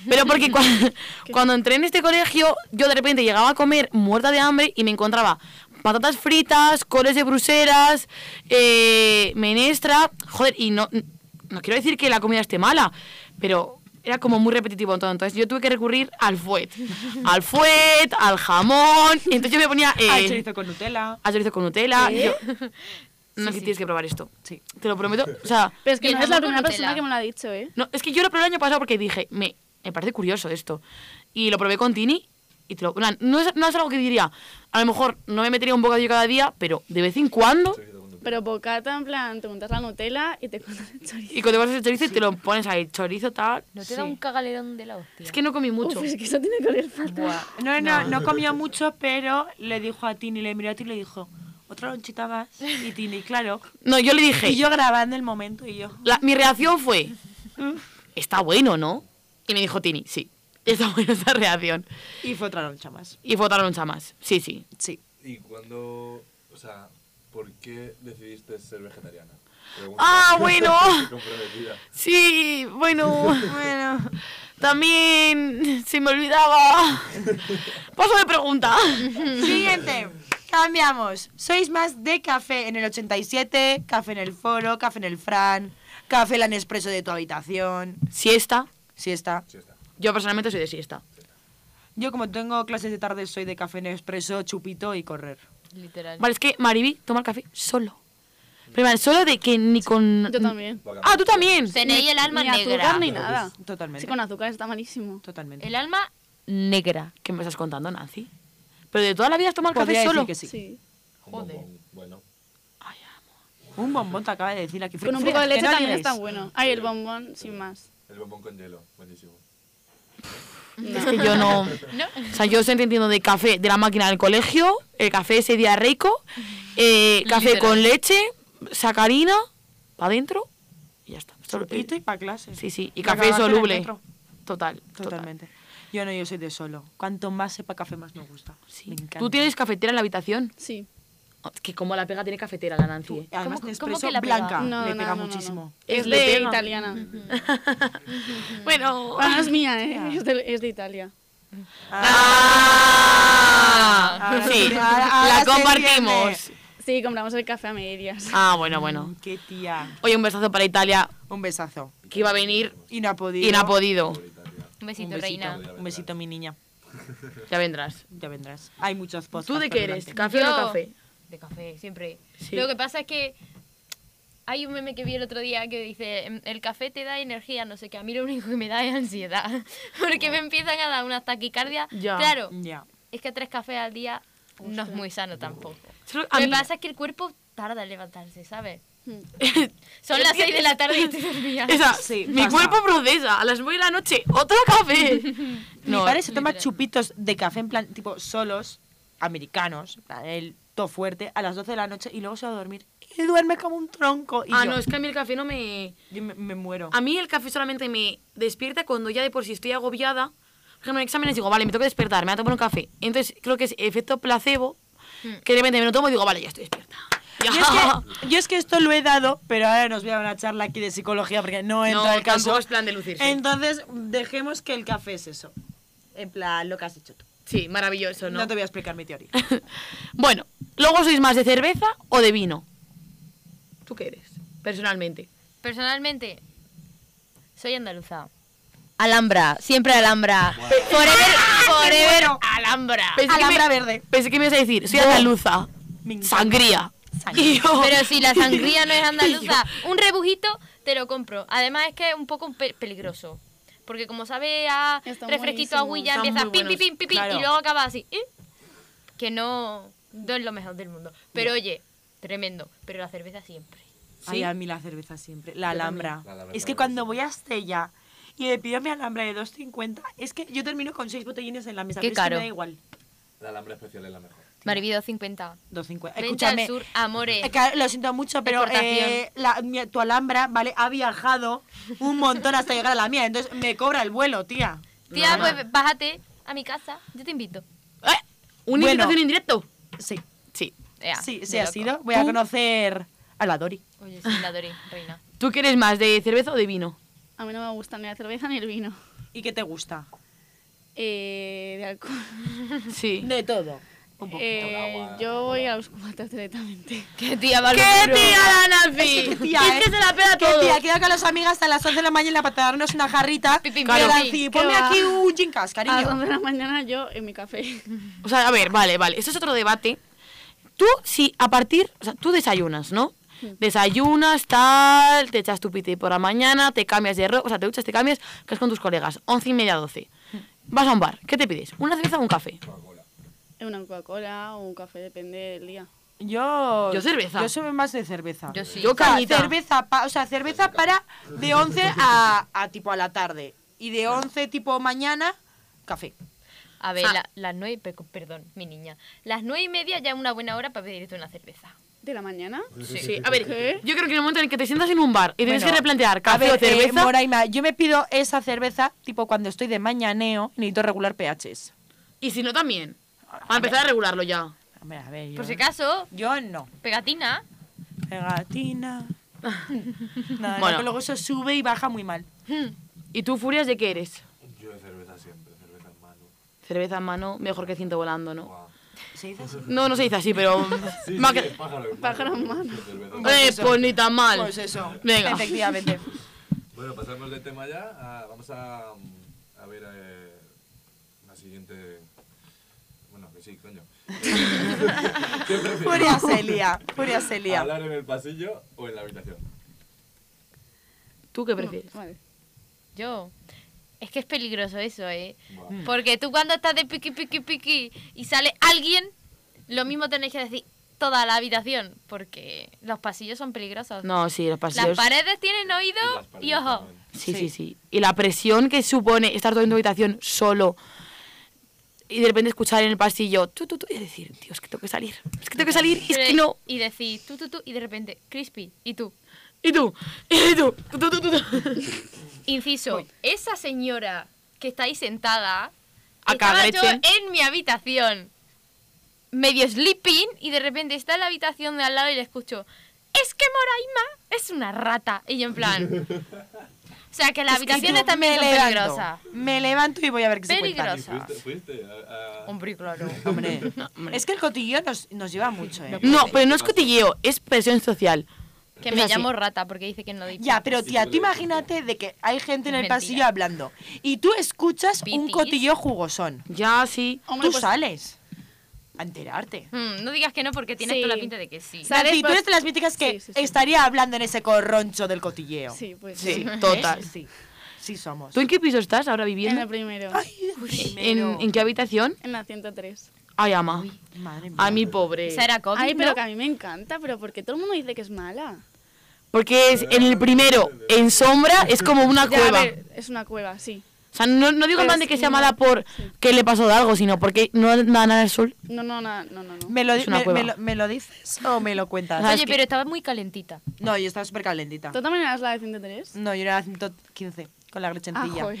Speaker 2: Pero porque cua- cuando entré en este colegio, yo de repente llegaba a comer muerta de hambre y me encontraba patatas fritas, coles de bruselas, eh, menestra. Joder, y no, no quiero decir que la comida esté mala, pero era como muy repetitivo en todo. Entonces yo tuve que recurrir al fuet. Al fuet, al jamón. Y entonces yo me ponía. eh,
Speaker 1: Al Ah, chorizo con Nutella.
Speaker 2: al chorizo con Nutella. y yo- no sé si tienes que probar esto.
Speaker 1: Sí.
Speaker 2: Te lo prometo. O sea,
Speaker 5: Pero es
Speaker 4: Y
Speaker 5: que
Speaker 4: el
Speaker 5: no es la
Speaker 4: jamón con
Speaker 5: primera persona
Speaker 4: Nutella.
Speaker 5: que me lo ha dicho, ¿eh?
Speaker 2: no, es que yo lo probé el año pasado porque dije, me, me parece curioso esto. Y lo probé con Tini y te lo- en plan, no, es, no es algo que diría, a lo mejor no me metería un bocadillo cada día, pero de vez en cuando,
Speaker 5: Pero bocata, en plan, te montas la Nutella y te comes el chorizo.
Speaker 2: y cuando vas a hacer chorizo y te lo pones ahí, chorizo tal.
Speaker 4: ¿No te da un cagalerón de la hostia?
Speaker 2: Es que no comí mucho.
Speaker 5: Uf, es que eso tiene que oler fatal.
Speaker 4: Buah.
Speaker 1: No, no, no comía mucho, pero le dijo a Tini, le miró a Tini y le dijo, otra lonchita más. Y Tini, claro.
Speaker 2: No, yo le dije,
Speaker 1: Y yo grabando el momento y yo.
Speaker 2: la- mi reacción fue, está bueno, ¿no? Y me dijo Tini, sí, está buena esa reacción.
Speaker 1: Y fue otra loncha más.
Speaker 2: Y votaron un más, sí, sí.
Speaker 1: Sí.
Speaker 3: ¿Y cuándo, o sea, por qué decidiste ser vegetariana? Pregunta
Speaker 2: Ah, bueno.
Speaker 3: comprometida.
Speaker 2: Sí, bueno.
Speaker 1: Bueno,
Speaker 2: También se me olvidaba. Paso de pregunta.
Speaker 1: siguiente. Cambiamos. Sois más de café en el 87, café en el foro, café en el Fran, café la Nespresso de tu habitación.
Speaker 2: Siesta.
Speaker 1: Siesta.
Speaker 3: Sí está.
Speaker 2: Yo personalmente soy de siesta.
Speaker 1: Yo como tengo clases de tarde soy de café Nespresso, chupito y correr.
Speaker 4: Literal.
Speaker 2: Vale, es que Mariby toma el café solo. Pero vale, solo de que ni con.
Speaker 5: Yo también.
Speaker 2: Ah, tú también.
Speaker 4: Tenéis el alma
Speaker 5: ni
Speaker 4: negra.
Speaker 5: azúcar ni nada.
Speaker 1: Totalmente.
Speaker 5: Sí, con azúcar está malísimo.
Speaker 1: Totalmente.
Speaker 4: El alma negra.
Speaker 2: ¿Qué me estás contando, Nancy? Pero de toda la vida has tomado el
Speaker 1: Podría
Speaker 2: café
Speaker 1: decir
Speaker 2: solo.
Speaker 1: que sí.
Speaker 5: Sí.
Speaker 3: Un
Speaker 4: Joder.
Speaker 3: bombón, Bueno,
Speaker 2: Ay, amo.
Speaker 1: Un bombón te acaba de decir aquí.
Speaker 5: Con un
Speaker 1: Frío,
Speaker 5: poco de
Speaker 1: que
Speaker 5: leche
Speaker 1: no
Speaker 5: también
Speaker 1: tienes.
Speaker 5: está bueno. Ay, el bombón, sin más.
Speaker 3: el bombón con hielo, buenísimo.
Speaker 2: Es que yo no.
Speaker 4: ¿No?
Speaker 2: O sea, yo estoy entiendo de café de la máquina del colegio, el café ese día rico, eh, café
Speaker 4: Literal.
Speaker 2: con leche, sacarina, para adentro y ya está. Solo-
Speaker 1: Chupito y pa' clase.
Speaker 2: Sí, sí, y
Speaker 1: Me
Speaker 2: café
Speaker 1: acabaste en el
Speaker 2: soluble.
Speaker 1: metro.
Speaker 2: Total, totalmente.
Speaker 1: Totalmente. Yo no, yo soy de solo. Cuanto más sepa café, más me gusta. Me encanta.
Speaker 2: ¿Tú tienes cafetera en la habitación?
Speaker 5: Sí.
Speaker 2: Oh, Que como la pega tiene cafetera la Nancy. eh.
Speaker 4: ¿Cómo-
Speaker 1: Además,
Speaker 4: cómo
Speaker 1: Nespresso
Speaker 4: que la pega?
Speaker 1: blanca
Speaker 5: No,
Speaker 1: Ah, le
Speaker 5: no,
Speaker 1: pega
Speaker 5: no, no,
Speaker 1: muchísimo.
Speaker 5: Es
Speaker 2: Le
Speaker 5: de
Speaker 2: pega.
Speaker 5: italiana.
Speaker 2: Bueno.
Speaker 5: Ah, no es mía, ¿eh? Es de, es de Italia.
Speaker 2: Ah.
Speaker 1: Ah, Ahora
Speaker 2: sí,
Speaker 1: sí, ahora- ahora
Speaker 2: la
Speaker 1: se
Speaker 2: compartimos.
Speaker 1: entiende.
Speaker 5: Sí, compramos el café a medias.
Speaker 2: Ah, bueno, bueno.
Speaker 1: Qué tía.
Speaker 2: Oye, un besazo para Italia,
Speaker 1: Un besazo.
Speaker 2: que iba a venir
Speaker 1: Y no ha podido.
Speaker 2: y no ha podido.
Speaker 4: Un
Speaker 1: Un
Speaker 4: besito,
Speaker 1: besito,
Speaker 4: reina.
Speaker 1: Un besito, mi niña.
Speaker 2: Ya vendrás.
Speaker 1: Ya vendrás. Hay muchos posts.
Speaker 2: ¿Tú de qué eres? ¿Café o
Speaker 4: Yo-
Speaker 2: no café?
Speaker 4: De café, siempre.
Speaker 2: Sí.
Speaker 4: Lo que pasa es que hay un meme que vi el otro día que dice, "Em, el café te da energía, no sé qué, a mí lo único que me da es ansiedad. Porque me empiezan a dar unas taquicardias.
Speaker 2: Ya.
Speaker 4: Claro,
Speaker 1: Ya.
Speaker 4: es que tres cafés al día no es muy sano tampoco.
Speaker 2: Solo-
Speaker 4: Lo
Speaker 2: a
Speaker 4: que
Speaker 2: mí-
Speaker 4: pasa es que el cuerpo tarda en levantarse, ¿sabes?
Speaker 5: Mm.
Speaker 4: Son las seis de la tarde y te dormías.
Speaker 2: Esa,
Speaker 1: Sí,
Speaker 2: mi
Speaker 1: pasa.
Speaker 2: cuerpo procesa. A las 9 de la noche, otro café.
Speaker 1: Mi padre se toma
Speaker 4: literal.
Speaker 1: chupitos de café en plan, tipo, solos, americanos, en plan, el to fuerte, a las 12 de la noche y luego se va a dormir. Y duerme como un tronco. Y
Speaker 2: Ah,
Speaker 1: yo,
Speaker 2: no, es Ah, que a mí el café no me.
Speaker 1: yo me, me muero.
Speaker 2: A mí el café solamente me despierta cuando ya de por sí estoy agobiada. Por ejemplo, en exámenes digo, vale, me tengo que despertar, me voy a tomar un café. Entonces creo que es efecto placebo, que de repente me lo tomo y digo, vale, ya estoy despierta. Ya.
Speaker 1: Yo es, que, yo es que esto lo he dado, pero ahora nos voy a una charla aquí de psicología porque no entra
Speaker 2: No,
Speaker 1: el caso.
Speaker 2: tampoco es plan de lucirse.
Speaker 1: Entonces, dejemos que el café es eso. En plan, lo que has hecho tú.
Speaker 2: Sí, maravilloso,
Speaker 1: No,
Speaker 2: ¿no?
Speaker 1: te voy a explicar mi teoría.
Speaker 2: bueno, ¿luego sois más de cerveza o de vino? ¿Tú qué eres? Personalmente.
Speaker 4: Personalmente, soy andaluza. Alhambra, siempre Alhambra. Forever, forever Alhambra.
Speaker 2: Pensé que me-
Speaker 1: Alhambra verde.
Speaker 2: Pensé que me ibas a decir, soy andaluza.
Speaker 1: Me encanta.
Speaker 2: Sangría. Y yo-
Speaker 4: Pero si la sangría no es andaluza, un rebujito te lo compro. Además es que es un poco pe- peligroso. Porque como sabe a
Speaker 5: Están
Speaker 4: refresquito
Speaker 5: buenísimos.
Speaker 4: agüilla,
Speaker 2: Están
Speaker 4: empieza
Speaker 2: muy
Speaker 4: pim, pim,
Speaker 2: buenos,
Speaker 4: pim, pim, pim,
Speaker 1: claro.
Speaker 4: y luego acaba así. ¿eh? Que no, no es lo mejor del mundo. Pero oye, tremendo. Pero la cerveza siempre.
Speaker 1: Ay, a mí la cerveza siempre. La alhambra.
Speaker 3: La Alhambra
Speaker 1: Es que
Speaker 3: también,
Speaker 1: cuando
Speaker 3: sí.
Speaker 1: voy a Estella y le pido mi alhambra de 2.50, es que yo termino con 6 botellines en la mesa.
Speaker 4: Qué
Speaker 1: pero es que
Speaker 4: caro.
Speaker 1: me da igual.
Speaker 3: La alhambra especial es la mejor.
Speaker 4: Marivido 50.
Speaker 1: 2.50.
Speaker 4: Vente al
Speaker 1: Escúchame.
Speaker 4: sur, amores.
Speaker 1: Eh, claro, Lo siento mucho, pero
Speaker 4: Exportación.
Speaker 1: eh, la- mi- tu alhambra, ¿vale? Ha viajado un montón hasta llegar a la mía. Entonces me cobra el vuelo, tía.
Speaker 4: Tía, pues bájate a mi casa. Yo te invito.
Speaker 2: ¿Eh? ¿Una
Speaker 1: Bueno.
Speaker 2: invitación en directo?
Speaker 1: Sí,
Speaker 2: Sí.
Speaker 4: Ea,
Speaker 1: sí, sí
Speaker 4: de
Speaker 1: ha
Speaker 4: loco.
Speaker 1: sido. Voy a conocer a la Dori.
Speaker 4: Oye, sí, la Dori, reina.
Speaker 2: ¿Tú qué eres más, de cerveza o de vino?
Speaker 5: A mí no me gusta ni la cerveza ni el vino.
Speaker 1: ¿Y qué te gusta?
Speaker 5: Eh, de alcohol.
Speaker 2: Sí.
Speaker 1: De todo. Un poco.
Speaker 5: Eh,
Speaker 3: agua,
Speaker 5: yo voy a los cubatas directamente.
Speaker 4: Qué tía, va
Speaker 2: ¡Qué tía la Nancy!
Speaker 1: Es que, tía,
Speaker 2: es que
Speaker 1: eh.
Speaker 2: se la pega
Speaker 1: ¿Qué
Speaker 2: todo.
Speaker 1: tía? Quedo con las amigas hasta las 11 de la mañana para darnos una jarrita.
Speaker 4: Pi, pi,
Speaker 1: Pero
Speaker 4: pi,
Speaker 1: así,
Speaker 4: pi.
Speaker 1: ponme
Speaker 5: ¿Qué va? Ah,
Speaker 1: aquí un gin cas,
Speaker 5: A las 11
Speaker 1: cariño.
Speaker 5: de la mañana yo en mi café.
Speaker 2: O sea, a ver, vale, vale. Eso es otro debate. Tú, si a partir... O sea, tú desayunas, ¿no? Desayunas, tal, te echas tu piti por la mañana, te cambias de ropa, o sea, te duchas, te cambias, que es con tus colegas, once y media, doce. Vas a un bar, ¿qué te pides? ¿Una cerveza o un café?
Speaker 5: Una Coca-Cola o un café, depende del día.
Speaker 1: Yo.
Speaker 2: Yo cerveza.
Speaker 1: Yo soy más de cerveza.
Speaker 4: Yo sí.
Speaker 2: Yo
Speaker 1: O sea,
Speaker 2: cañita.
Speaker 1: cerveza, pa- o sea, cerveza para de 11 a, a tipo a la tarde. Y de 11 tipo mañana, café.
Speaker 4: A ver,
Speaker 2: Ah.
Speaker 4: la- las nueve, pe- perdón, mi niña. Las nueve y media ya es una buena hora para pedirte una cerveza.
Speaker 5: ¿De la mañana?
Speaker 2: Sí. a ver,
Speaker 5: ¿Qué?
Speaker 2: yo creo que en el momento en el que te sientas en un bar y tienes
Speaker 1: Bueno,
Speaker 2: que replantear
Speaker 1: A
Speaker 2: café
Speaker 1: ver,
Speaker 2: o cerveza,
Speaker 1: eh, Moraima, yo me pido esa cerveza tipo cuando estoy de mañaneo y necesito regular pHs.
Speaker 2: y si no también, a empezar a regularlo ya.
Speaker 1: A ver, a ver, yo,
Speaker 4: Por si acaso,
Speaker 1: yo no.
Speaker 4: pegatina.
Speaker 1: Pegatina. Nada,
Speaker 2: Bueno.
Speaker 1: que luego eso sube y baja muy mal.
Speaker 2: ¿Y tú, Furias, de qué eres?
Speaker 3: Yo de cerveza siempre, cerveza en mano.
Speaker 2: Cerveza en mano, mejor que ciento volando, ¿no?
Speaker 3: Guau.
Speaker 1: ¿Se dice así?
Speaker 2: No, no se dice así, pero...
Speaker 3: Sí,
Speaker 2: ma-
Speaker 3: sí, es pájaro en mano.
Speaker 5: Pájaro en mano.
Speaker 3: Cerveza en mano.
Speaker 2: Eh, pues ni tan mal.
Speaker 1: Pues eso.
Speaker 2: Venga.
Speaker 1: Efectivamente.
Speaker 3: Bueno, pasamos del tema ya. a- vamos a, mm, a ver eh, la siguiente. Bueno, que sí, coño. ¿Qué prefieres?
Speaker 1: Furia Celia. Furia Celia.
Speaker 3: ¿Hablar en el pasillo o en la habitación?
Speaker 2: ¿Tú qué prefieres?
Speaker 5: Vale.
Speaker 4: Yo. Es que es peligroso eso, ¿eh?
Speaker 3: Buah.
Speaker 2: Mm.
Speaker 4: Porque tú cuando estás de piqui, piqui, piqui y sale alguien, lo mismo tenéis que decir toda la habitación. Porque los pasillos son peligrosos.
Speaker 2: No, sí, los
Speaker 4: Las
Speaker 2: pasillos.
Speaker 4: paredes tienen oído
Speaker 3: Las
Speaker 4: y ojo.
Speaker 3: paredes
Speaker 2: Sí,
Speaker 1: Sí.
Speaker 2: sí, sí. Y la presión que supone estar todo en tu habitación solo y de repente escuchar en el pasillo tú, tú, tú, y decir, tío, es que tengo que salir. Es que tengo que salir, y es que
Speaker 4: Pero-
Speaker 2: no.
Speaker 4: Y decir tú, tú, tú, y de repente, crispy, y tú.
Speaker 2: Y tú, y tú, tú, tú, tú, tú.
Speaker 4: Inciso, esa señora que está ahí sentada
Speaker 2: A
Speaker 4: estaba
Speaker 2: cagar
Speaker 4: yo
Speaker 2: echen.
Speaker 4: en mi habitación. medio sleeping y de repente está en la habitación de al lado y le escucho, es que Moraima es una rata. Y yo en plan... O sea, que las habitaciones también son peligrosas.
Speaker 1: Me levanto y voy a ver qué se cuenta.
Speaker 4: Peligrosa.
Speaker 3: ¿Fuiste? fuiste a- a-
Speaker 4: Hombre, claro.
Speaker 1: Hombre, es que el cotillo nos, nos lleva mucho, ¿eh?
Speaker 2: No, pero no es cotilleo, es presión social.
Speaker 4: Que
Speaker 2: Es
Speaker 4: me
Speaker 2: así.
Speaker 4: llamo rata porque dice que no digo.
Speaker 1: Ya, pero
Speaker 3: Sí,
Speaker 1: tía, tú
Speaker 3: pero-
Speaker 1: imagínate de que hay gente en el
Speaker 4: Mentira.
Speaker 1: pasillo hablando y tú escuchas un
Speaker 4: Pitis.
Speaker 1: cotillo jugosón.
Speaker 2: Ya, sí.
Speaker 5: Hombre,
Speaker 1: tú
Speaker 5: pues-
Speaker 1: sales a enterarte.
Speaker 4: Mm, no digas que no porque tienes
Speaker 5: Sí.
Speaker 4: toda la pinta de que sí.
Speaker 5: Sales
Speaker 1: Nancy, tú
Speaker 5: pas-
Speaker 1: eres de las míticas que
Speaker 5: Sí, sí, sí.
Speaker 1: estaría hablando en ese corroncho del cotilleo.
Speaker 5: Sí, pues
Speaker 2: ¿Eh? Sí,
Speaker 5: sí.
Speaker 2: total.
Speaker 1: ¿Ves? Sí, sí somos.
Speaker 2: ¿Tú en qué piso estás ahora
Speaker 5: En el
Speaker 2: viviendo?
Speaker 5: primero.
Speaker 1: Ay,
Speaker 2: ¿En, en qué habitación?
Speaker 5: En la 103.
Speaker 2: Ay, ama.
Speaker 1: Madre mía.
Speaker 2: A mi pobre.
Speaker 4: Esa era COVID,
Speaker 5: Ay, pero
Speaker 4: ¿no?
Speaker 5: que a mí me encanta, pero porque todo el mundo dice que es mala.
Speaker 2: Porque es en el primero, en sombra, es como una
Speaker 5: Ya, a
Speaker 2: cueva.
Speaker 5: ver, es una cueva, sí.
Speaker 2: O sea, no, no digo en
Speaker 5: Pero
Speaker 2: plan de
Speaker 5: es
Speaker 2: que
Speaker 5: que
Speaker 2: sea
Speaker 5: no-
Speaker 2: mala por que le pasó de algo, sino porque no da nada al sol.
Speaker 5: No, no, na- no, no, no.
Speaker 1: ¿Me lo, di-
Speaker 2: Es una
Speaker 1: me-
Speaker 2: cueva.
Speaker 1: me lo- me lo dices o me lo cuentas?
Speaker 2: Ajá.
Speaker 4: Oye,
Speaker 2: que-
Speaker 4: pero estaba muy calentita.
Speaker 1: No, yo estaba súper calentita.
Speaker 5: ¿Tú también eras la de 103?
Speaker 1: No, yo era 115 con la
Speaker 5: Ah,
Speaker 1: grechencilla.
Speaker 5: joder.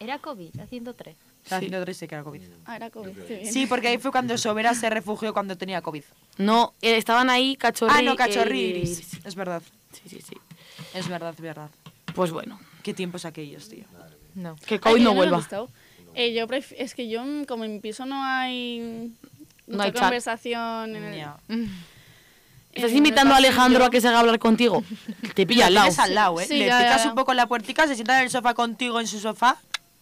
Speaker 4: Era COVID, a 103.
Speaker 1: Estaba 113 que era COVID.
Speaker 5: Ah, era COVID, qué bien.
Speaker 1: Sí, porque ahí fue cuando Sobera se refugió cuando tenía COVID.
Speaker 2: No, eh, estaban ahí cachorri.
Speaker 1: Ah, no,
Speaker 2: eh,
Speaker 1: cachorriris. Es verdad,
Speaker 2: Sí, sí, sí.
Speaker 1: es verdad, es verdad.
Speaker 2: Pues bueno,
Speaker 1: Qué tiempos aquellos, tío.
Speaker 4: No.
Speaker 2: que el
Speaker 5: Ay,
Speaker 2: COVID
Speaker 5: que
Speaker 2: no
Speaker 5: yo lo he
Speaker 2: vuelva.
Speaker 5: visto. Eh, yo pref- es que yo, mm, como en mi piso no hay
Speaker 2: No
Speaker 5: mucha
Speaker 2: hay chat.
Speaker 5: conversación. En el,
Speaker 1: Ya.
Speaker 2: ¿Estás
Speaker 5: en el
Speaker 2: invitando a
Speaker 5: pasillo.
Speaker 2: Alejandro a que se haga hablar contigo? Te pilla al lado.
Speaker 1: Tienes al lado, ¿eh?
Speaker 5: Sí,
Speaker 1: Le
Speaker 5: ya, ya,
Speaker 1: picas
Speaker 5: ya.
Speaker 1: un poco en la puertica, se sienta en el sofá contigo en su sofá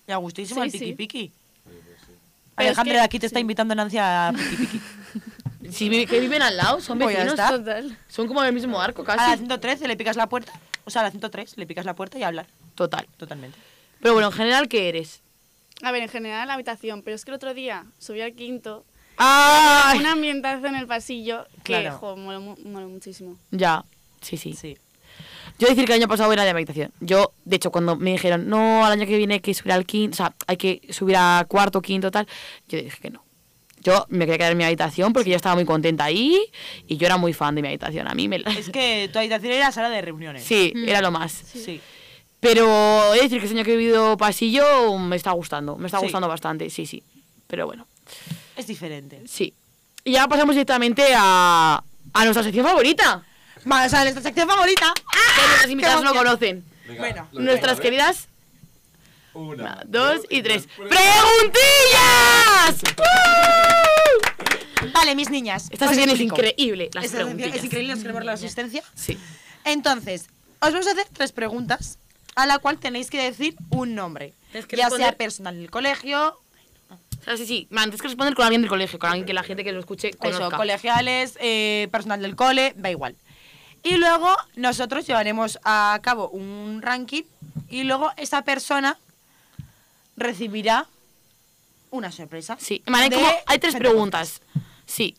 Speaker 1: y a gustísimo
Speaker 5: Sí,
Speaker 1: al
Speaker 5: sí.
Speaker 1: piqui piqui.
Speaker 5: Pero es
Speaker 1: Alejandro,
Speaker 5: que-
Speaker 1: de aquí te está invitando Nancy a piqui piqui.
Speaker 2: Si vi- que viven al lado, son
Speaker 1: Pues ya
Speaker 2: vecinos.
Speaker 1: está.
Speaker 5: Total.
Speaker 2: Son como del mismo arco
Speaker 1: A la
Speaker 2: casi.
Speaker 1: 113 le picas la puerta, o sea, a la 103 le picas la puerta y hablar,
Speaker 2: Total.
Speaker 1: totalmente.
Speaker 2: Pero bueno, en general, ¿qué eres?
Speaker 5: A ver, en general la habitación, pero es que el otro día subí al quinto,
Speaker 2: ¡Ay!
Speaker 5: un ambientazo en el pasillo que,
Speaker 1: Claro.
Speaker 5: jo, moló, mu- moló muchísimo.
Speaker 2: Ya, sí, sí.
Speaker 1: Sí.
Speaker 2: Yo decir que el año pasado era de mi habitación. Yo, de hecho, cuando me dijeron, no, al año que viene hay que subir al quinto, o sea, hay que subir a cuarto, quinto, tal, yo dije que no. Yo me quería quedar en mi habitación porque yo estaba muy contenta ahí y yo era muy fan de mi habitación. A mí me...
Speaker 1: Es que Mm. tu habitación era sala de reuniones.
Speaker 2: Sí, era lo más.
Speaker 1: Sí.
Speaker 2: Pero he de decir que este año que he vivido pasillo me está gustando, me está
Speaker 1: Sí.
Speaker 2: gustando bastante, sí, sí. Pero bueno,
Speaker 1: Es diferente.
Speaker 2: sí. Y ahora pasamos directamente a, a nuestra sección
Speaker 1: Ah,
Speaker 2: favorita.
Speaker 1: Vamos a nuestra sección favorita.
Speaker 2: que nuestras invitadas no
Speaker 1: emoción.
Speaker 2: conocen.
Speaker 3: Venga,
Speaker 1: Bueno,
Speaker 3: lo que
Speaker 2: Nuestras
Speaker 3: tengo, a ver.
Speaker 2: queridas
Speaker 3: Una,
Speaker 2: Una, dos y tres.
Speaker 3: ¡Prego!
Speaker 2: ¡Preguntillas! ¡Woo!
Speaker 1: Vale, mis niñas.
Speaker 2: Esta
Speaker 1: os
Speaker 2: sección es
Speaker 1: explico.
Speaker 2: increíble. Las
Speaker 1: Esta sección
Speaker 2: preguntillas.
Speaker 1: es increíble, nos queremos la asistencia.
Speaker 2: Sí.
Speaker 1: Entonces, os vamos a hacer tres preguntas a la cual tenéis que decir un nombre.
Speaker 2: Tienes que
Speaker 1: ya
Speaker 2: responder-
Speaker 1: sea personal del colegio,
Speaker 2: O sea, sí, sí. Man, tienes que responder con alguien del colegio, con alguien que la gente que lo escuche conozca.
Speaker 1: eso, colegiales, eh, personal del cole, da igual. Y luego nosotros llevaremos a cabo un ranking y luego esa persona recibirá una sorpresa.
Speaker 2: Sí. Man, hay,
Speaker 1: de
Speaker 2: como, hay tres
Speaker 1: gente.
Speaker 2: preguntas. Sí.